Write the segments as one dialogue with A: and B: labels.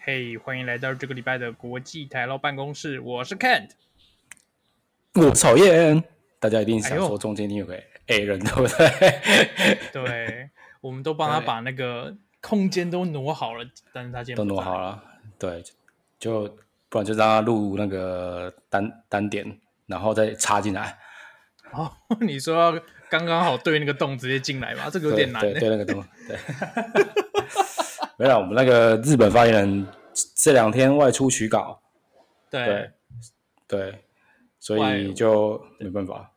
A: 嘿、欢迎来到这个礼拜的国际台捞办公室，我是 Kent。
B: 我讨厌，大家一定
A: 嗯哎
B: 想
A: 呦
B: 说中间一定有个 A 人， 对不对？
A: 对，我们都帮他
B: 对
A: 把那个空间都挪好了，但是他今天
B: 都
A: 不
B: 挪
A: 在
B: 好。了，对，就不然就让他录那个单单点，然后再插进来，
A: 哦， 你说要刚刚好对那个洞直接进来吧，这个有点难
B: 对
A: 呢
B: 对。对那个东，对。 没有，我们那个日本发言人这两天外出取稿，对对，所
A: 外
B: 以就没办法，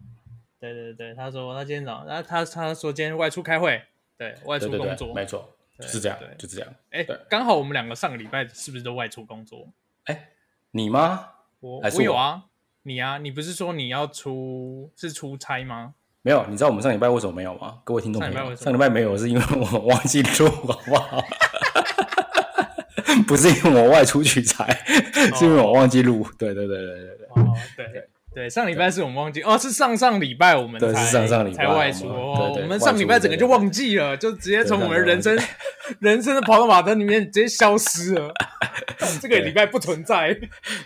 A: 对对对，他说他今天早上，他他他说今天外出开会，对外
B: 对
A: 出
B: 对
A: 工
B: 对，
A: 作
B: 没。错，就是这样
A: 对，
B: 就是这样。
A: 哎
B: 对，
A: 刚好我们两个上个礼拜是不是都外出工作？
B: 哎，你吗？
A: 我
B: 还是
A: 我有
B: 我
A: 啊，你啊，你不是说你要出是出差 吗？
B: 没有，你知道我们上礼拜为什么没有吗？各位听众朋
A: 上礼拜为
B: 友，
A: 什么
B: 上礼拜没有是因为我忘记录，好不好？不是因为我外出取材，是因为我忘记录。对对对对对对，
A: 哦，对对，上礼拜是我们忘记哦，是上上礼拜我们
B: 对
A: 才
B: 是上上礼拜
A: 才外出
B: 我们
A: 哦
B: 对，对
A: 我们上礼拜整个就忘记了，就直接从我们人生 人生的跑马灯里面直接消失 了，这个礼拜不存在。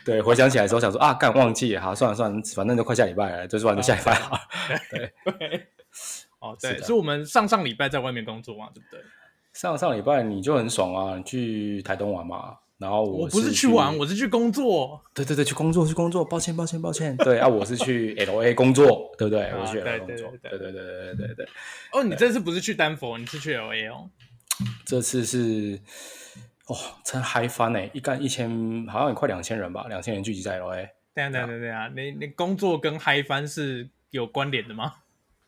B: 对回想起来的时候想说啊，干忘记了，好，算了算了，反正都快下礼拜了，就算就下礼拜好了。
A: 对，哦对，
B: 是的
A: 所以我们上上礼拜在外面工作嘛，对不对？
B: 上上礼拜你就很爽啊，你去台东玩嘛，然后
A: 我不
B: 不
A: 是
B: 是
A: 去玩，我是去工作。
B: 对对对，去工作去工作，抱歉抱歉抱歉。对啊，我是去 L A 工作，对不对？
A: 啊
B: 我去
A: 对
B: L A 工作，
A: 对
B: 对
A: 对
B: 对对对对对对。
A: 哦，你这次不是去丹佛，你是去 L A 哦。
B: 这次是哦，真嗨翻哎！一干一千，好像也快两千人吧，两千人聚集在 LA。
A: 对啊对啊对啊对啊，你你工作跟嗨翻是有关联的吗？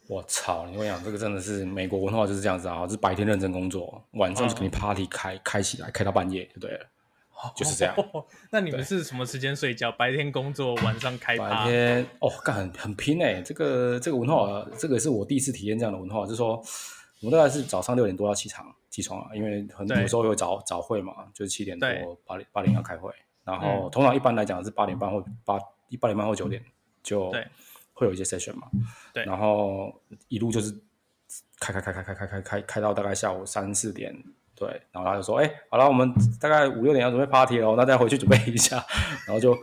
B: 我操！你跟我讲，这个真的是美国文化就是这样子啊，就是白天认真工作，晚上就给你 party 开、开起来，开到半夜就对了，哦就是这样。
A: 那你们
B: 对
A: 是什么时间睡觉？白天工作，晚上开
B: 白
A: 趴？
B: 天哦，干很很拼哎、这个这个文化，这个是我第一次体验这样的文化，就是说我们大概是早上六点多要起床起床啊，因为很
A: 对
B: 有时候有早早会嘛，就是七点
A: 对嗯
B: 多八点八点要开会，然后、通常一般来讲是八点半或八一八点半或九点就
A: 对
B: 会有一些 session 嘛，
A: 对
B: 然后一路就是开开开开开开开开开到大概下午三四点。对，然后他就说：“哎、好了，我们大概五六点要准备 party 了，那大家回去准备一下。” 然后就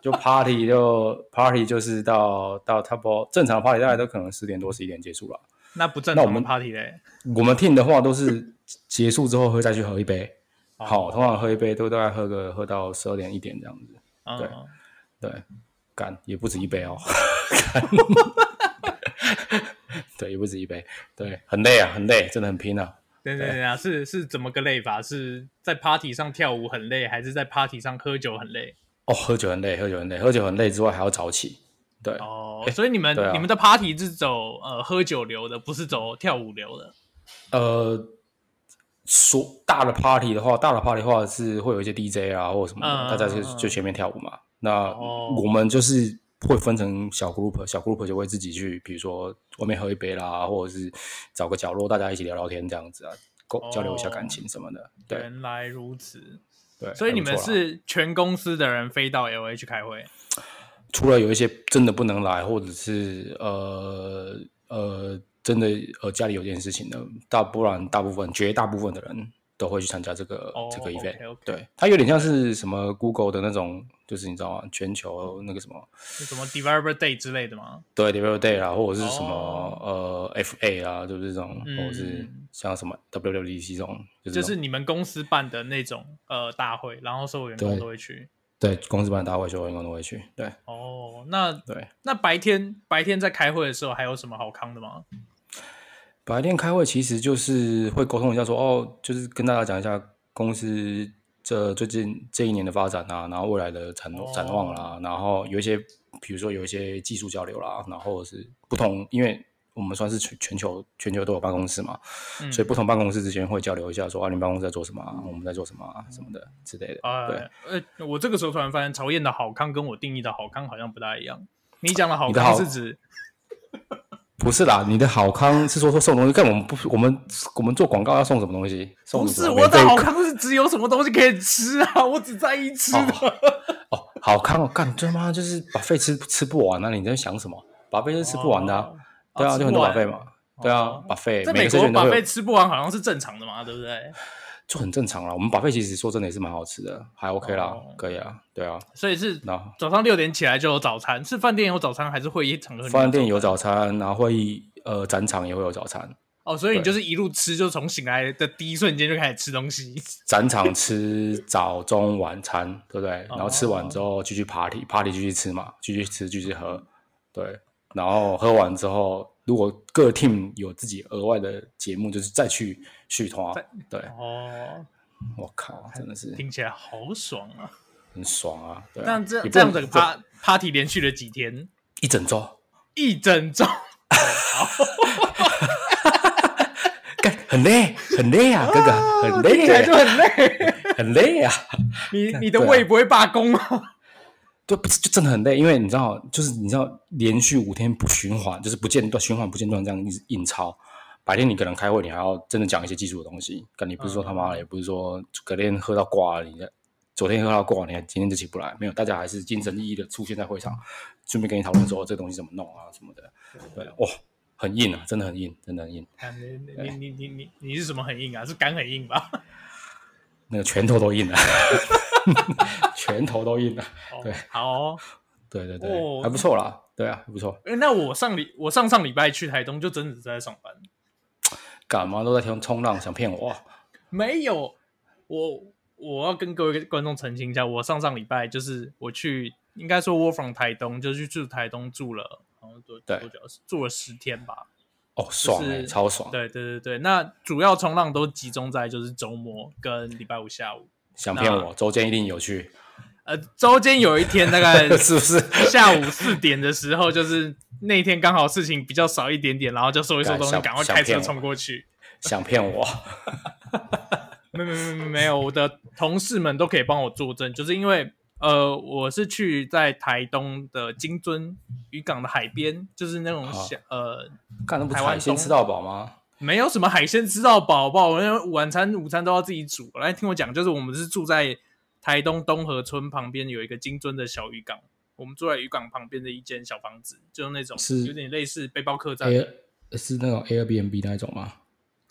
B: 就 party 就 party 就是到到差不多正常的 party 大概都可能十点多十一点结束了。
A: 那不正
B: 那我
A: 常的
B: 们
A: party 嘞？
B: 我们 team 的话都是结束之后会再去喝一杯，
A: 哦
B: 好，通常喝一杯都大概喝个喝到十二点一点这样子。对
A: 嗯，
B: 对，干也不止一杯哦， 干对，也不止一杯，对，很累啊，很累，真的很拼啊。
A: 对对对啊，是是怎么个累法？是在 party 上跳舞很累，还是在 party 上喝酒很累？
B: 哦，喝酒很累，喝酒很累，喝酒很累之外还要早起。对，
A: 哦，所以你们、
B: 对啊
A: 你们的 party 是走呃喝酒流的，不是走跳舞流的。
B: 呃，所大的 party 的话，大的 party 的话是会有一些 DJ 啊或者什么
A: 嗯
B: 的，大家就
A: 嗯嗯
B: 就前面跳舞嘛。那
A: 哦
B: 我们就是会分成小 group，小 group 就会自己去，比如说外面喝一杯啦，或者是找个角落大家一起聊聊天这样子啊，沟交流一下
A: 哦
B: 感情什么的。对
A: 原来如此，
B: 对，
A: 所以
B: 还
A: 你
B: 不
A: 们
B: 错啦
A: 是全公司的人飞到 L A 去开会。
B: 除了有一些真的不能来，或者是呃呃真的呃家里有件事情的，大不然大部分绝大部分的人都会去参加这个、
A: 哦
B: 这个 event。
A: OK，OK
B: 对，它有点像是什么 Google 的那种，就是你知道吗？全球那个什么
A: 是什么 Developer Day 之类的吗？
B: 对 d e v e l o p Day 啦，或者是什么、
A: 哦
B: 呃 FA 啦，对不对？这种、
A: 嗯
B: 或者是像什么 WWDC 这种，就是
A: 就
B: 这种
A: 是你们公司办的那种呃大会，然后所有员工
B: 对
A: 都会去。
B: 对公司办的大会，所有员工都会去。对
A: 哦，那
B: 对。
A: 那白天白天在开会的时候还有什么好康的吗？
B: 白天开会其实就是会沟通一下说，哦，就是跟大家讲一下公司这最近这一年的发展啊，然后未来的展
A: 哦
B: 展望啦、然后有一些比如说有一些技术交流啦，然后是不同，因为我们算是全全球全球都有办公室嘛，
A: 嗯
B: 所以不同办公室之间会交流一下说，啊，你们办公室在做什么、啊，我们在做什么、啊、什么的之类的。对，
A: 呃呃，我这个时候突然发现曹燕的好康跟我定义的好康好像不大一样。你讲的好
B: 你的
A: 康
B: 好
A: 是指
B: 不是啦，你的好康是说说送东西，干我们不我们我们做广告要送什么东西？送
A: 不
B: 什
A: 是
B: 么
A: 我
B: 免费
A: 的好康是只有什么东西可以吃啊？我只在意吃的。
B: 哦，好看哦，干这妈就是把费吃吃不完啊！你在想什么？把费是吃不完的、啊，对啊，
A: 哦吃
B: 就
A: 不
B: 很多把
A: 完哦
B: 费嘛，对啊，把费
A: 在
B: 每
A: 美
B: 个
A: 国，
B: 社群都
A: 把
B: 会
A: 费
B: 有，
A: 吃不完好像是正常的嘛，对不对？
B: 就很正常啦。我们把费其实说真的也是蛮好吃的，还 OK 啦，
C: 哦
B: 可以啊，对啊。
A: 所以是
B: 然后
A: 早上六点起来就有早餐，是饭店有早餐还是会议场合里面？
B: 饭店有早餐，然后会议呃展场也会有早餐，
A: 哦，所以你就
B: 对
A: 是一路吃，就从醒来的第一瞬间就开始吃东西。
B: 展场吃早中晚餐， 对不
A: 哦
B: 对？然后吃完之后继续 party，party 继续吃嘛，继续吃继续喝，对。然后喝完之后，如果各 team 有自己额外的节目，就是再去续团
A: 再，
B: 对。
A: 哦，
B: 我靠，真的是
A: 听起来好爽啊！
B: 很爽啊！对啊，
A: 但这
B: 你不
A: 这样
B: 能
A: 的
B: 不
A: pa party 连续了几天，
B: 一整周，
A: 一整 周。哦
B: 干很累，很累啊，哥
A: 哦
B: 哥，很
C: 哦听起来
B: 累
C: 就
B: 啊，
C: 很 累。
B: 很累啊，
C: 你
B: 干
C: 你的
B: 对啊
C: 胃不会罢工吗？
B: 对，不是就真的很累，因为你知道，就是你知道，连续五天不循环，就是不间断循环不间断这样一直硬抄。白天你可能开会，你还要真的讲一些技术的东西，但你不是说他妈的，也不是说隔天喝到挂了，你的昨天喝到挂，你还今天就起不来，没有，大家还是精神奕奕的出现在会场，顺便跟你讨论说、哦这个东西怎么弄啊什么的，对，哇、很硬啊，真的很硬，真的很硬。
A: 啊你你你你你你是什么很硬啊？是肝很硬 吧？
B: 那个拳头都硬了， 拳头都硬了。
A: 哦
B: 对，
A: 好哦、
B: 对对对，
A: 哦
B: 还不错啦，对啊，还不错。
A: 欸那我上礼我上上礼拜去台东，就真的是在上班，
B: 干嘛都在冲冲浪，想骗我？啊
A: 没有我我要跟各位观众澄清一下，我上上礼拜就是我去，应该说 work from 台东，就是去住台东住了，好像多
B: 对
A: 多久？啊住了十天吧。
B: 哦，爽哎、
A: 就是
B: 超爽！
A: 对对对对，那主要冲浪都集中在就是周末跟礼拜五下午，
B: 想骗我，周间一定有去，
A: 呃，周间有一天大概
B: 是不是？
A: 下午四点的时候，就是那天刚好事情比较少一点点，然后就收一收东西，
B: 想
A: 赶快
B: 想
A: 开车
B: 骗我
A: 冲过去。
B: 想骗我？
A: 没没没没没有，我的同事们都可以帮我作证，就是因为呃，我是去在台东的金樽渔港的海边，就是那种
B: 好
A: 小呃，
B: 干那不
A: 台
B: 是
A: 湾
B: 海鲜
A: 东
B: 吃到饱吗？
A: 没有什么海鲜吃到饱吧？我那晚餐、午餐都要自己煮。来听我讲，就是我们是住在台东东河村旁边有一个金樽的小渔港，我们住在渔港旁边的一间小房子，就是那种
B: 是哎
A: 有点类似背包客栈。
B: Air 是那种 Airbnb 那一种吗？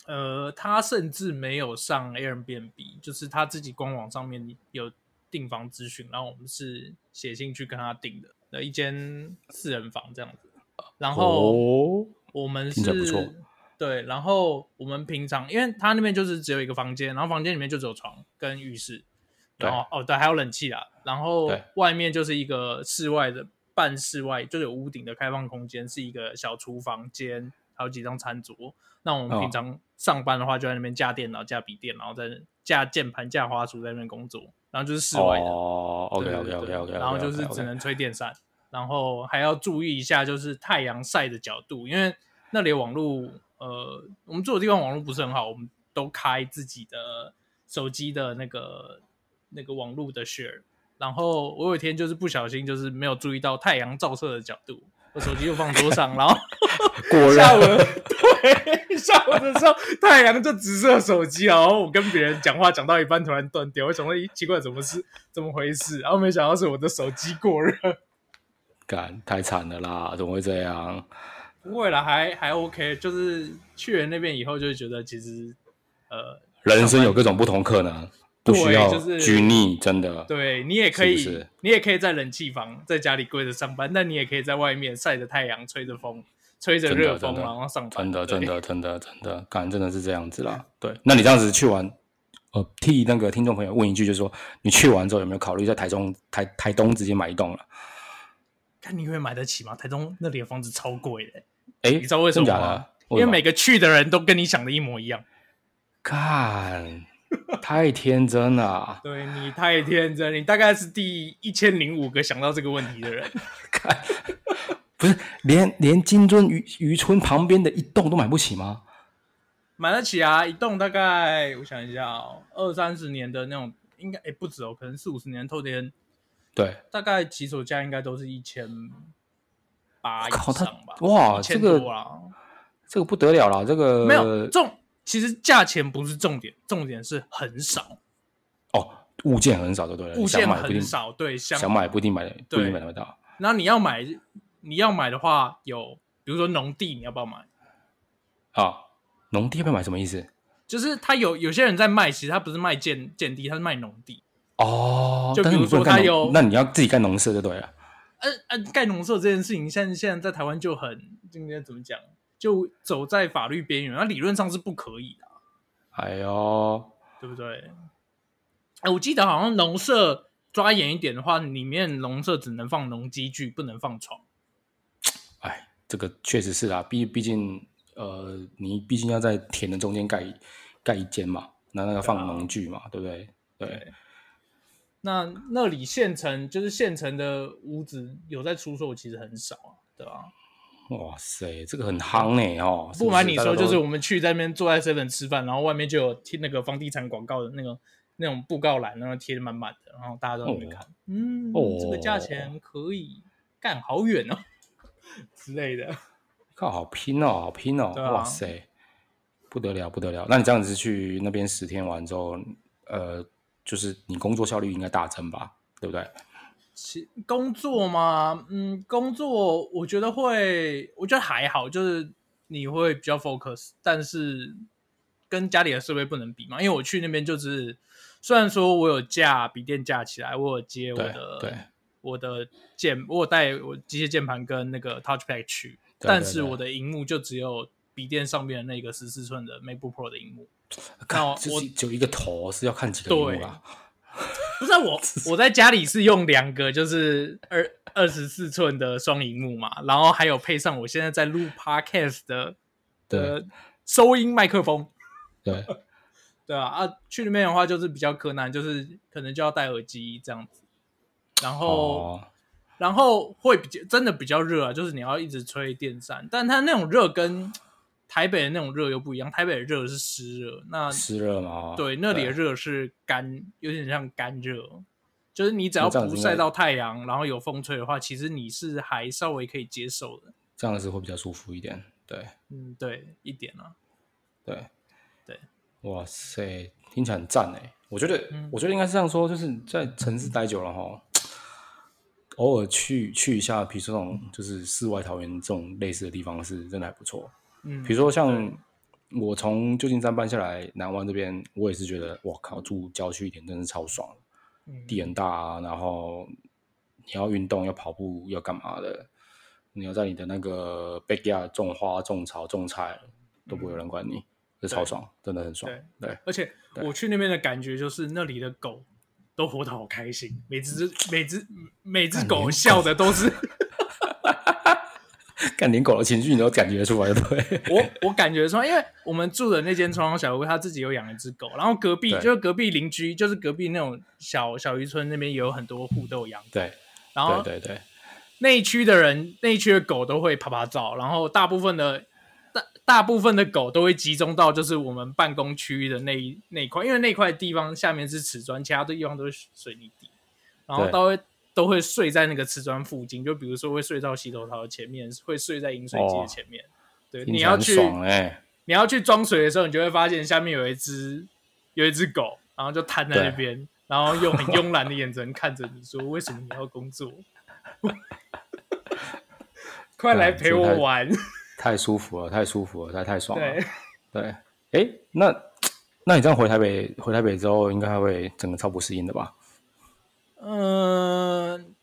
A: 呃，他甚至没有上 Airbnb，就是他自己官网上面有订房资讯，然后我们是写信去跟他订的，那一间四人房这样子。然后
B: 哦，
A: 我们是、
B: 听起来不错
A: 对，然后我们平常因为他那边就是只有一个房间，然后房间里面就只有床跟浴室，然后哦对，还有冷气啦，然后
B: 对
A: 外面就是一个室外的半室外，就是有屋顶的开放空间，是一个小厨房间，还有几张餐桌。那我们
B: 哦
A: 平常上班的话，就在那边架电脑、架笔电，然后在那架键盘、架花束在那边工作，然后就是室外的。
B: 哦，OK
A: 对
B: OK
A: 对
B: OK
A: 对
B: OK，
A: 然后就是只能吹电扇，然后还要注意一下就是太阳晒的角度，因为那里的网络，呃，我们住的地方网络不是很好，我们都开自己的手机的那个那个网络的 share，然后我有一天就是不小心就是没有注意到太阳照射的角度，我手机就放桌上，然后
B: 果
A: 下午
B: 然
A: 对下午的时候太阳就直射手机，啊然后我跟别人讲话讲到一半突然断掉，我想说咦奇怪怎么是怎么回事，然后没想到是我的手机过热，
B: 干太惨了啦，怎么会这样？
A: 不会啦，还还 OK，就是去了那边以后就觉得其实呃
B: 人生有各种不同可能，不需
A: 对
B: 要
A: 就是
B: 拘泥，真的。
A: 对你也可以，
B: 是不是
A: 你也可以在冷气房在家里跪着上班，但你也可以在外面晒着太阳，吹着风，吹着
B: 真
A: 热
B: 的
A: 风
B: 真的
A: 然后上班，
B: 真的，
A: 对
B: 真的，真的，真的，感真的是这样子啦。对，那你这样子去完，呃，替那个听众朋友问一句，就是说你去完之后有没有考虑在台中、台台东直接买一栋了？
A: 看你会买得起吗？台中那里的房子超贵的、
B: 哎，
A: 你知道为什么
B: 真假
A: 吗
B: 的？？
A: 因为每
B: 个
A: 个去的人都跟你想的一模一样。
B: 看太天真了 啊，
A: 对你太天真，你大概是第一千零五个想到这个问题的人。
B: 看不是连连金樽渔渔村旁边的一栋都买不起吗？
A: 买得起啊，一栋大概我想一下哦，二三十年的那种，应该诶不止哦，可能四五十年透天，
B: 对，
A: 大概起手价应该都是一千八以
B: 靠他
A: 上吧，
B: 哇，
A: 一
B: 这
A: 千
B: 个呃
A: 多啦。
B: 这个不得了了，这个
A: 没有重，其实价钱不是重点，重点是很少，
B: 哦，物件很少就对了，
A: 物
B: 想
A: 件
B: 买不一
A: 很
B: 定
A: 少，对，想
B: 想买不一定买得，不一
A: 对
B: 定买得到。
A: 那你要买，你要买的话有，比如说农地，你要不要买？
B: 啊，农地要不要买什么意思？
A: 就是他有有些人在卖，其实他不是卖建建地，他是卖农地。
B: 哦，
A: 就
B: 但是
A: 比
B: 你
A: 如
B: 不能
A: 说它
B: 干
A: 有
B: 农，那你要自己干农舍就对了。
A: 呃呃，盖农舍这件事情，现在现在在台湾就很今天怎么讲，就走在法律边缘，那理论上是不可以的啊，
B: 哎呦，
A: 对不对？哎，我记得好像农舍抓严一点的话，里面农舍只能放农机具，不能放床。
B: 哎，这个确实是啦、毕毕竟呃，你毕竟要在田的中间盖盖一间嘛，那
A: 啊
B: 那个放农具嘛，对不对？对，
A: 那那里县城就是县城的屋子有在出售，其实很少啊，对吧、
B: 哇塞，这个很夯哎、哦！是
A: 不
B: 是
A: 瞒你
B: 大家
A: 说，
B: 都
A: 就是我们去在那边坐在 seven 吃饭，然后外面就有贴那个房地产广告的那种那种布告栏，然后贴的满满的，然后大家都在那边看，嗯，
B: 哦
A: 这个价钱可以干好远哦 之类的。
B: 靠，好拼哦，好拼哦！
A: 对啊
B: 哇塞，不得了，不得了！那你这样子去那边十天完之后，呃，就是你工作效率应该大增吧，对不对？
A: 其工作嘛，嗯，工作我觉得会，我觉得还好，就是你会比较 focus，但是跟家里的设备不能比嘛，因为我去那边就是，虽然说我有架笔电架起来，我有接我
B: 对
A: 的
B: 对
A: 我的键，我有带我机械键盘跟那个 touchpad 去，
B: 对
A: 但
B: 对
A: 是
B: 对
A: 我的荧幕就只有笔电上面的那个十四寸的 MacBook Pro 的荧幕，
B: 看
A: 我
B: 就是只有一个头是要看几个
A: 对
B: 屏幕啊？
A: 不是啊我，我在家里是用两个，就是二二十四寸的双荧幕嘛，然后还有配上我现在在录 podcast 的
B: 对
A: 的收音麦克风，
B: 对，
A: 对啊，啊，去那边的话就是比较柯南，就是可能就要戴耳机这样子，然后、
B: 哦，
A: 然后会比较真的比较热啊，就是你要一直吹电扇，但它那种热跟台北的那种热又不一样，台北的热是湿热，那
B: 湿热嘛，哦
A: 对，那里的热是干，有点像干热，就是你只
B: 那
A: 要
B: 这样子
A: 不
B: 应
A: 晒
B: 该
A: 到太阳，然后有风吹的话，其实你是还稍微可以接受的。
B: 这样子会比较舒服一点。对
A: 嗯，对，一点啊，
B: 对
A: 对，
B: 哇塞，听起来很赞哎！我觉得，
A: 嗯
B: 我觉得应该是这样说，就是在城市待久了哈，偶尔去去一下，比如说那种就是世外桃源这种类似的地方，是真的还不错。
A: 嗯，
B: 比如说像我从旧金山搬下来南湾这边，我也是觉得，我靠，住郊区一点真是超爽的，
A: 嗯
B: 地很大、啊，然后你要运动，要跑步，要干嘛的，你要在你的那个 backyard 种花、种草、种菜，都不会有人管
A: 嗯
B: 你，这超爽，真的很爽。对，
A: 而且
B: 对
A: 我去那边的感觉就是那里的狗都活得好开心，每 只每只每只
B: 干连
A: 狗
B: 狗
A: 笑的都 是
B: 干连狗的情绪你都感觉出来，对，
A: 我我感觉说，因为我们住的那间窗窗小屋，他自己有养一只狗，然后隔壁
B: 对
A: 就是隔壁邻居，就是隔壁那种小小渔村那边也有很多户都有养狗，
B: 对，
A: 然后
B: 对，对，对，
A: 那一区的人，那一区的狗都会啪啪照，然后大部分的大大部分的狗都会集中到就是我们办公区域的那一那一块，因为那块地方下面是瓷砖，其他的地方都是水泥地，然后
B: 对
A: 都会都会睡在那个瓷砖附近，就比如说会睡到洗头槽的前面，会睡在饮水机的前面。对，
B: 听
A: 你
B: 起来
A: 要
B: 很
A: 去
B: 爽哎、
A: 你要去装水的时候，你就会发现下面有一只有一只狗，然后就瘫在那边，然后用很慵懒的眼神看着你说：“为什么你要工作？ 快来陪我玩
B: 太舒服了，太舒服了，太太！”爽了
A: 对。，
B: 对，哎，那那你这样回台北，回台北之后，应该还会整个超不适应的吧？
A: 嗯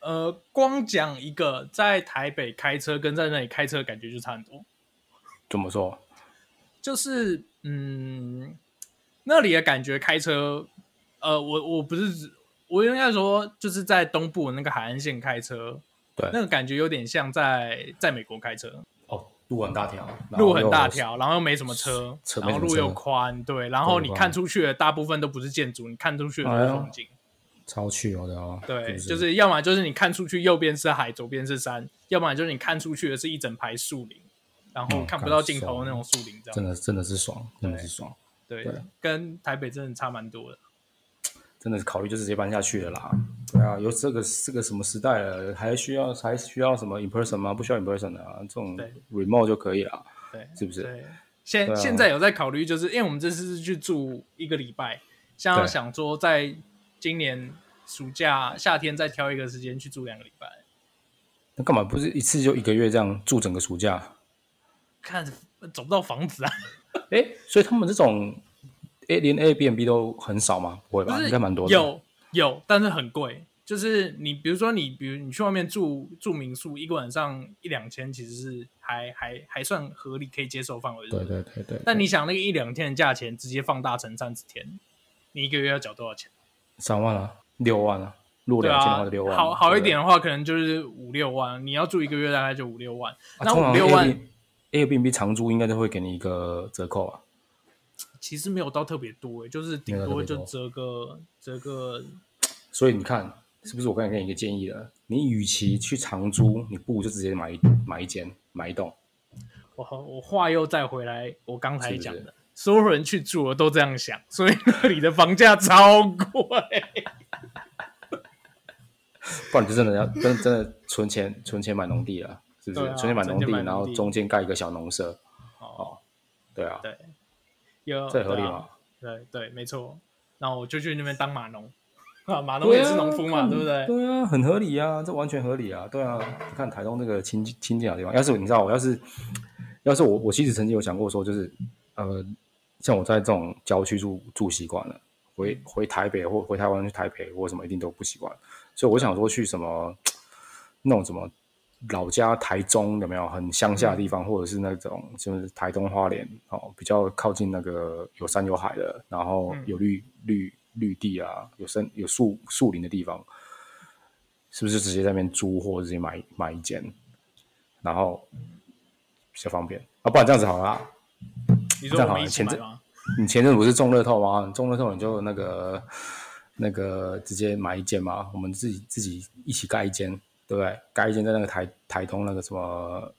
A: 呃，光讲一个在台北开车跟在那里开车感觉就差很多，
B: 怎么说？
A: 就是嗯，那里的感觉开车，呃，我我不是指我应该说就是在东部那个海岸线开车，
B: 对
A: 那个感觉有点像在在美国开车，
B: 哦，路很大条，
A: 路很大，条，然后又没什么车，
B: 车
A: 然后
B: 没什么
A: 路又
B: 车
A: 宽，对，然后
B: 对
A: 你
B: 宽
A: 看出去的大部分都不是建筑，你看出去的都
B: 哎
A: 是
B: 呦
A: 风景，
B: 超去油的哦。
A: 对，
B: 是
A: 就
B: 不
A: 是要么就是你看出去右边是海，左边是山，要么就是你看出去的是一整排树林，然后
B: 嗯
A: 看不
B: 感
A: 到尽
B: 受
A: 头的那种树林，这样
B: 真的真的是爽，真的是爽，
A: 对
B: 对，
A: 跟台北真的差蛮多的。
B: 真的是考虑就直接搬下去了啦。对啊，有这个这个什么时代了，还需要还需要什么 in person 吗？不需要 in person 的啊，这种
A: 对
B: remote 就可以了，
A: 对，
B: 是不是？
A: 对，现、
B: 对啊
A: 现在有在考虑，就是因为我们这次是去住一个礼拜，像
B: 对
A: 想说在今年暑假夏天再挑一个时间去住两个礼拜，
B: 那干嘛不是一次就一个月这样住整个暑假？
A: 看呃找不到房子啊，
B: 哎，所以他们这种，哎，连 Airbnb 都很少吗？不会
A: 不
B: 吧？
A: 是
B: 啊应该蛮多的。
A: 有有，但是很贵。就是你比如说你，比如你去外面住住民宿，一个晚上一两千，其实是还还还算合理，可以接受范围。
B: 对
A: 不
B: 对对对，
A: 但你想那个一两天的价钱，直接放大成三十天，你一个月要缴多少钱？
B: 三万啊，六万啊，落
A: 对
B: 两千
A: 啊
B: 的话就六，万啊，
A: 好好一
B: 对
A: 点的哦话，可能就是五六万。你要住一个月，大概就五六万。
B: 啊
A: 那
B: 通
A: 五
B: 常
A: 六万
B: Airbnb 长租应该都会给你一个折扣啊。
A: 其实没有到特别多、欸，就是顶
B: 没有到
A: 多
B: 特
A: 就
B: 别多
A: 折个折个
B: 所以你看，是不是我刚才给你一个建议了？你与其去长租，你不如就直接买一买一间，买一栋。
A: 我我话又再回来，我刚才
B: 是不
A: 讲
B: 是
A: 的，所有人去住了都这样想，所以那里的房价超贵。
B: 不然你就真的要真真的存钱存钱买农地了，是不是？
A: 对啊
B: 存钱买
A: 存
B: 农
A: 钱
B: 地，
A: 买农地
B: 然后中间盖一个小农舍，
A: 哦，
B: 对啊，
A: 对，有
B: 这合理
A: 对啊
B: 吗？
A: 对对，没错。然后我就去那边当码农，啊，码农也是农夫嘛，对不对？
B: 对啊，很合理啊，这完全合理啊，对啊。你看台东这个亲亲近的地方，要是你知道，我要是要是我我其实曾经有想过说，就是呃，像我在这种郊区住住习惯了，回回台北或回台湾去台北或什么一定都不习惯，所以我想说去什么那种什么。老家台中有没有很乡下的地方，或者是那种就是台东花莲哦，比较靠近那个有山有海的，然后有绿、绿绿地啊，有森有树树林的地方，是不是直接在那边租或者直接买买一间，然后比较方便啊？不然这样子好了啦，
A: 你说
B: 这
A: 我
B: 样好
A: 们
B: 了
A: 一起
B: 前
A: 买
B: 阵
A: 吗？
B: 你前阵不是中乐透吗？你中乐透你就那个那个直接买一间嘛，我们自己自己一起盖一间，对不对？盖一间在那个台台东那个什么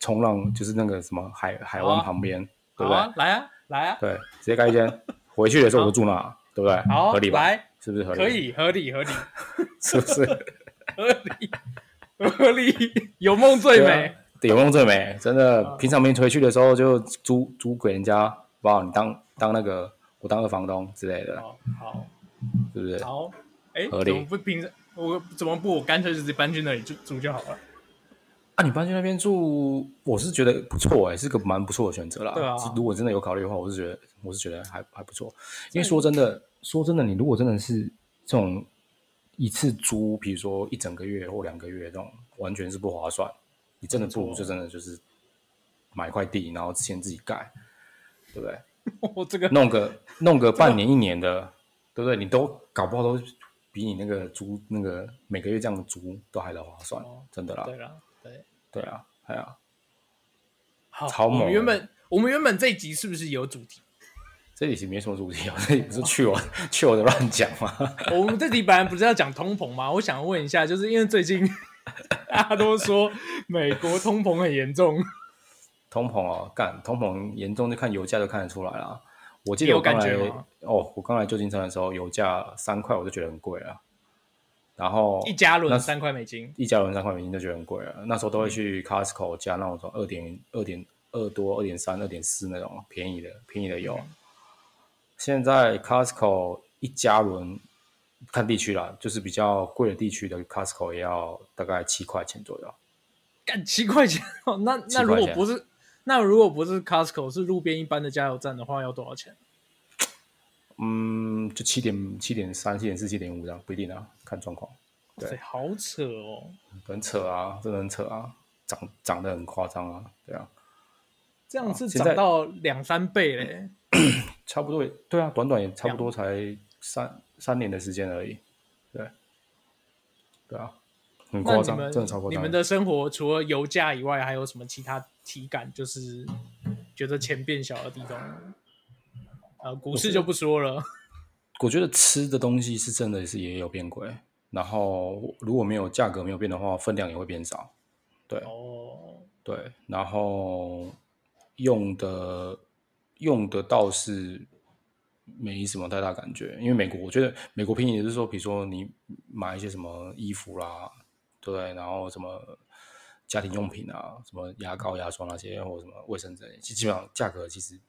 B: 冲浪，就是那个什么海海
A: 好啊
B: 湾旁边，对
A: 好
B: 不对？
A: 啊，来啊，来啊，
B: 对，直接盖一间，回去的时候我就住那，对不对？
A: 好
B: 合理吧？
A: 啊来
B: 是不是合理？
A: 可，以，合理，合理，
B: 是不是？
A: 合理，合理，有梦 最
B: 对啊
A: 美。啊
B: 对，有梦最美，真的。平常没回去的时候就租租给人家，好不好？你当当那个我当个房东之类的，
A: 好好。
B: 是不是？
A: 哦好，哎，
B: 啊合
A: 怎
B: 理
A: 么不平？我怎么不？我干脆就直接搬去那里住住就好了。
B: 啊，你搬去那边住，我是觉得不错哎、是个蛮不错的选择啦。
A: 对啊
B: 是如果真的有考虑的话，我是觉得我是觉得还还不错。因为说真的，说真的，你如果真的是这种一次租，比如说一整个月或两个月这种，完全是不划算。你真的不如就真的就是买块地，然后先自己盖，对不对？
A: 我这个
B: 弄个弄个半年一年的，对不对？你都搞不好都比你那个租那个每个月这样租都还来划算，
A: 哦
B: 真的啦。
A: 对了，对，
B: 对啊，哎呀、
A: 好，
B: 超猛
A: 我们原本我们原本这一集是不是有主题？
B: 这里是没什么主题哦， 这里不是去我去我的乱讲吗？
A: 我们这集本来不是要讲通膨吗？我想问一下，就是因为最近 大家都说美国通膨很严 重，
B: 通膨哦，干通膨严重就看油价就看得出来啦。我记得
A: 有
B: 我刚
A: 感
B: 来
A: 觉吗
B: 哦，我刚来旧金山的时候，油价三块我就觉得很贵了，然后
A: 一加
B: 那
A: 仑
B: 是
A: 三块美金，
B: 一加仑三块美金就觉得很贵了。那时候都会去 Costco 加那种什么二点二点二多、二点三、二点四那种便宜的便宜的油。现在 Costco 一加仑看地区啦，就是比较贵的地区的 Costco 也要大概七块钱左右。
A: 干七块钱 哦。那
B: 七
A: 那如
B: 块
A: 果
B: 钱
A: 不是那如果不是 Costco 是路边一般的加油站的话，要多少钱？
B: 嗯，就七点七点三、七点四、七点五这样，不一定啊，看状况。对
A: 对，好扯哦。
B: 很扯啊，真的很扯啊，涨涨得很夸张啊，对啊，
A: 这样是
B: 现
A: 涨
B: 在嗯
A: 到两三倍嘞，
B: 差不多也，对啊，短短也差不多才三三年的时间而已，对，对啊，
A: 那
B: 很夸
A: 你
B: 张，
A: 们
B: 真的超夸张。
A: 你们的生活除了油价以外，还有什么其他体感？就是觉得钱变小的地方吗？呃，股市就不说了。
B: 我觉得吃的东西是真的是也有变贵，然后如果没有价格没有变的话，分量也会变少，对，
A: 哦，
B: 对，然后用的用的倒是没什么太大感觉，因为美国我觉得美国便宜，也是说，比如说你买一些什么衣服啦，对不对，然后什么家庭用品啊，什么牙膏、牙刷那些，或者什么卫生纸，其基本上价格其实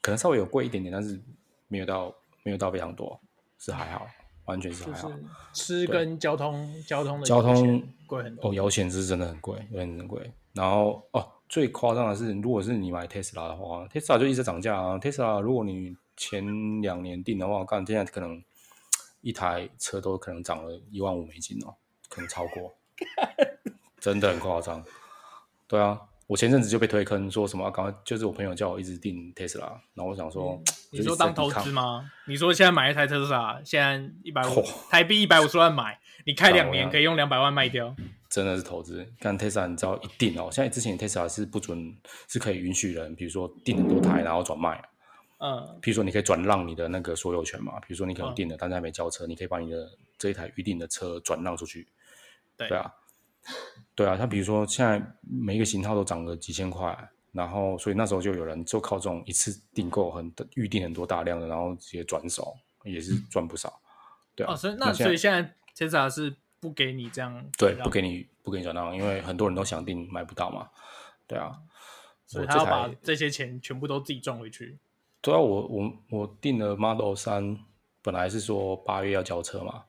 B: 可能稍微有贵一点点，但是没有到没有到非常多，是还好，完全是
A: 就
B: 还
A: 是
B: 好。
A: 吃
B: 对
A: 跟交通交通的
B: 交
A: 油钱
B: 通
A: 贵很多。
B: 哦，油钱是真的很贵，有点很贵。然后哦，最夸张的是，如果是你买 Tesla 的话，Tesla 就一直涨价啊。Tesla 如果你前两年订的话，干现在可能一台车都可能涨了一万五美金哦，可能超 过，真的很夸张。对啊，我前阵子就被推坑，说什么啊，赶快就是我朋友叫我一直订 Tesla，然后我想说，
A: 嗯你说当投资
B: 吗？
A: 吗？你说现在买一台特斯拉，现在一百五
B: 嚯
A: 台币一百五十万买，你开两
B: 当然
A: 年
B: 啊
A: 可以用两百万卖掉。
B: 真的是投资。但 Tesla 你知道一定哦，现在之前 Tesla 是不准是可以允许人，比如说订很多台然后转卖，
A: 嗯，
B: 比如说你可以转让你的那个所有权嘛，比如说你可能订了，但是还没交车，你可以把你的这一台预定的车转让出去。
A: 对
B: 啊，对啊，像比如说现在每一个型号都涨了几千块，然后所以那时候就有人就靠这种一次订购很预定很多大量的，然后直接转手也是赚不少。对
A: 嗯
B: 啊，
A: 哦，所以那
B: 现
A: 所
B: 在
A: 以现在特斯拉是不给你这样
B: 对，
A: 让
B: 不给你不给你转让，因为很多人都想订买不到嘛。对啊，
A: 所以
B: 我
A: 他
B: 这
A: 要把
B: 台
A: 这些钱全部都自己赚回去。
B: 对啊，我我我订了 Model 三，本来是说八月要交车嘛，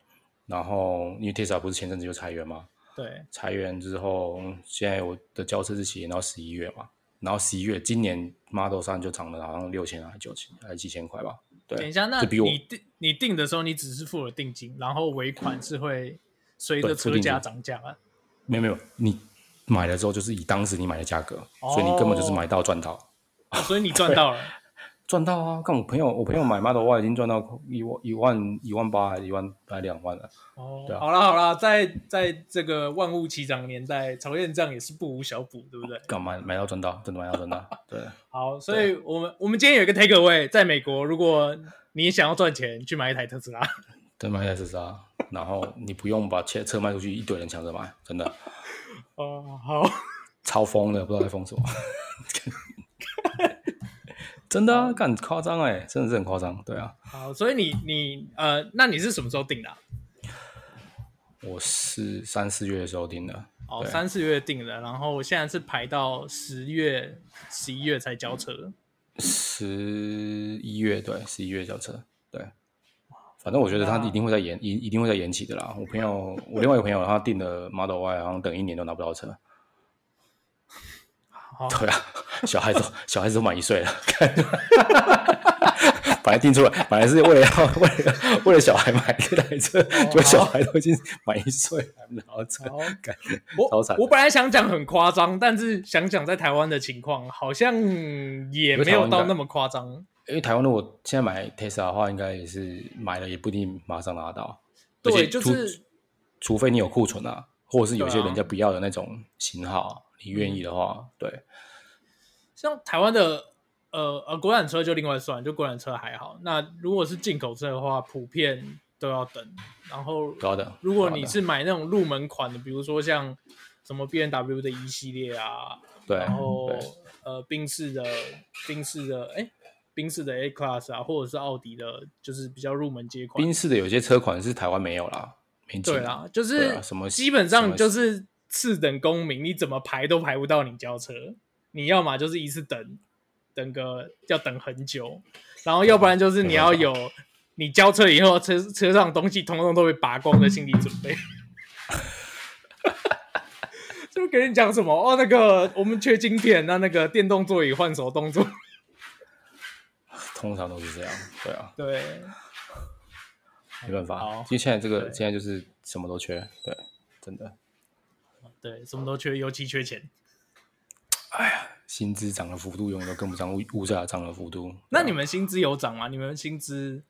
B: 然后因为 Tesla 不是前阵子就裁员嘛，
A: 对，
B: 裁员之后，现在我的交车日期延到十一月嘛，然后十一月今年 Model 三就涨了好像六千还九千还几千块吧，对，
A: 等一下，那
B: 这比我
A: 你定你定的时候，你只是付了定金，然后尾款是会随着
B: 对付
A: 车
B: 定金
A: 价涨价 吗？
B: 没有没有，你买了之后就是以当时你买的价格，
A: 哦
B: 所以你根本就是买到赚到。
A: 哦所以你赚到了。
B: 赚到啊！看我朋友，我朋友买 Model Y 已经赚到一万一万一万八还是一万还两万了。
A: 哦，
B: 对啊
A: 好啦好啦，在在这个万物齐涨的年代，曹院这样也是不无小补，对不对？
B: 干嘛买到赚到，真的买到赚到。对，
A: 好，所以我们我们今天有一个 take away，在美国，如果你想要赚钱，去买一台特斯拉，
B: 真买 S 啊，然后你不用把车车卖出去，一堆人抢着买，真的
A: 哦，好，
B: 超疯的，不知道在疯什么。 真的啊，干夸张哎，真的是很夸张。对啊，
A: 好，所以你你呃，那你是什么时候定的啊、
B: 我是三四月的时候订的，
A: 哦，
B: 对
A: 三四月定的，然后现在是排到十月、十一月才交车。
B: 十一月对，十一月交车对。反正我觉得他一定会在延一一定会在延期的啦。我朋友，我另外一个朋友，他订了 Model Y，好像等一年都拿不到车。
A: 好，
B: 对啊，小孩都小孩子都满一岁了， 本来定出来，本来是为了要为了为了小孩买这台
A: 哦
B: 车，结果小孩都已经满一岁了，还没拿到车
A: 好，
B: 感超
A: 我
B: 惨的
A: 我本来想讲很夸张，但是想想在台湾的情况，好像也没有到那么夸张。
B: 因为台湾如果现在买 Tesla 的话，应该也是买了也不一定马上拿到，而
A: 对，
B: 且
A: 就
B: 除
A: 是
B: 除非你有库存啊，或者是有一些
A: 对啊嗯
B: 人家不要的那种型号啊，你愿意的话，对，
A: 像台湾的呃呃国产车就另外算，就国产车还好。那如果是进口车的话，普遍都要等。然后
B: 都要等。
A: 如果
B: 都要
A: 你
B: 等
A: 是买那种入门款的，比如说像什么 B N W 的一、系列啊，
B: 对，
A: 然后
B: 对
A: 呃宾士的宾士的哎宾士的 A Class 啊，或者是奥迪的，就是比较入门街款。
B: 宾士的有些车款是台湾没有啦，没进
A: 对啦，就
B: 对
A: 是、
B: 啊什么
A: 基本上
B: 什
A: 你
B: 么
A: 就是次等公民，你怎么排都排不到你交车。你要么就是一次等，等个要等很久，然后要不然就是你要有你交车以后车车上东西通通都被拔光的心理准备。 就给你讲什么哦？那个我们缺晶片，那那个电动座椅换手动座椅，
B: 通常都是这样，对啊。
A: 对，
B: 没办
A: 好
B: 法，其实现在这个
A: 对
B: 现在就是什么都缺，对，真的，
A: 对，什么都缺，尤其缺钱。
B: 薪资涨的幅度永远都跟不上物物价涨的幅度。
A: 那
B: 对啊
A: 你们薪资有涨吗？你们薪资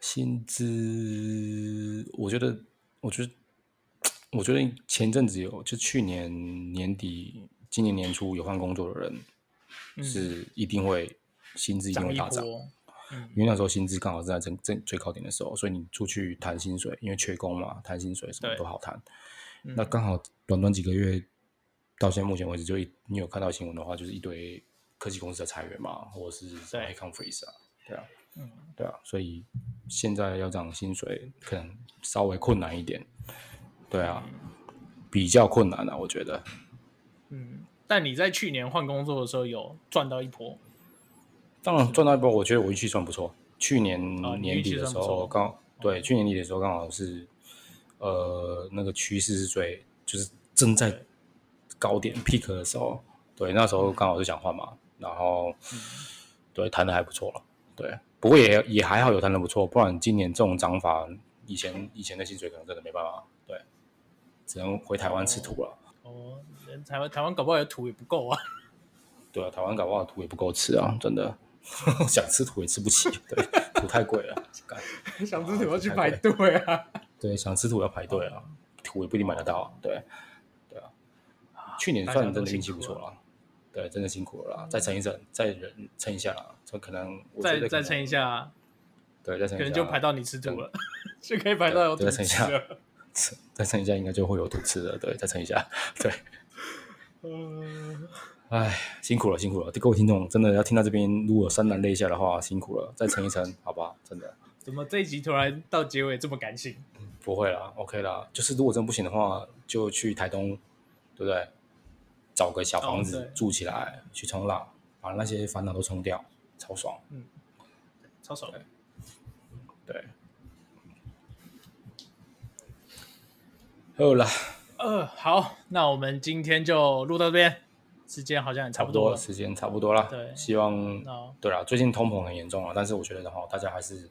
B: 薪资，我觉得，我觉得，我觉得前阵子有，就去年年底、今年年初有换工作的人，
A: 嗯
B: 是一定会薪资一定
A: 涨
B: 会
A: 一
B: 大涨，
A: 波？
B: 因为那时候薪资刚好是在正正最高点的时候，所以你出去谈薪水，因为缺工嘛，谈薪水什么
A: 对
B: 都好谈。
A: 嗯
B: 那刚好短短几个月，到现在目前为止，就一你有看到新闻的话，就是一堆科技公司的裁员嘛，或者是什么
A: 对
B: icon freeze 啊，对啊，
A: 嗯，
B: 对啊，所以现在要涨薪水可能稍微困难一点，对啊，比较困难啊，我觉得
A: 嗯，但你在去年换工作的时候有赚到一波，
B: 当然赚到一波，我觉得我运气算不错。去年
A: 哦你
B: 年
A: 运气
B: 底的
A: 算
B: 时
A: 不错哦
B: 候，刚对，去年底的时候刚好是，呃，那个趋势是最就是正在高点 peak 的时候，对，那时候刚好就想换嘛，然后、对谈的还不错了，对，不过也也还好有谈的不错，不然今年这种涨法，以前以前的薪水可能真的没办法，对，只能回台湾吃土了。
A: 哦，人台湾台湾搞不好有土也不够 啊。
B: 对啊，台湾搞不好土也不够吃啊，真的， 想吃土也吃 不起，对，土太贵了，干
C: 想吃土要去排队
B: 哦
C: 啊。
B: 对，想吃土要排队啊，土也不一定买得到。啊对，对啊，去年算真的运气不错
A: 大家都辛苦
B: 了，对，真的辛苦了啦，再撑一撑，再忍撑一下啦，这可能我觉
A: 再再
B: 得可能
A: 撑一，下，
B: 对，再撑
A: 可
B: 一下，
A: 能就排到你吃土了， 就可以排到有土
B: 对再撑一下
A: 吃啊了。
B: 再撑一下，应该就会有土吃的，对，再撑一下，对，
A: 嗯，
B: 唉，辛苦了，辛苦了，各位听众，真的要听到这边，如果潸然泪下的话，辛苦了，再撑一撑，好吧，真的。
A: 怎么这一集突然到结尾这么感性？
B: 不会啦，OK 啦。就是如果真的不行的话，就去台东，对不对？找个小房
A: 哦
B: 子
A: 对
B: 住起来，去冲浪，把那些烦恼都冲掉，超爽。
A: 超爽的。
B: 对。好啦，
A: 呃，好，那我们今天就录到这边，时间好像也差
B: 差
A: 不
B: 不
A: 多
B: 多
A: 了。哦
B: 时间差不多啦。
A: 对
B: 希望
A: 那
B: 对啦，最近通膨很严重啊，但是我觉得哈，大家还是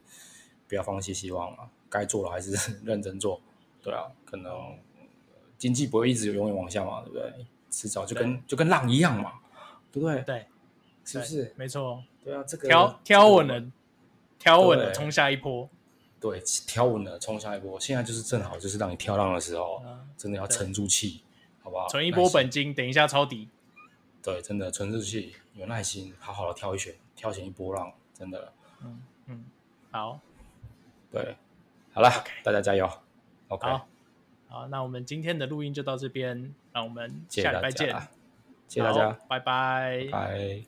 B: 不要放弃希望啊，该做的还是 认真做。对啊，可能呃经济不会一直永远往下嘛，对不对？迟早就跟就跟浪一样嘛，对不对？
A: 对，
B: 是不
A: 对
B: 是？
A: 没错，
B: 对啊，这个
A: 挑挑稳，
B: 这个
A: 了，挑稳了，
B: 对
A: 冲下一波。
B: 对，挑稳了，冲下一波。现在就是正好就是让你跳浪的时候，
A: 嗯
B: 真的要
A: 对
B: 沉住气，好不好？
A: 存一
B: 耐
A: 波
B: 心
A: 本金，等一下抄底。
B: 对，真的存住气，有耐心，好好的挑一选，挑选一波浪，真的。
A: 嗯嗯，好
B: 对，好了大家加油。OK，
A: 好好，那我们今天的录音就到这边，那我们
B: 谢
A: 下
B: 谢
A: 礼
B: 大
A: 拜见
B: 家，，谢谢大家
A: 好，拜拜
B: 拜。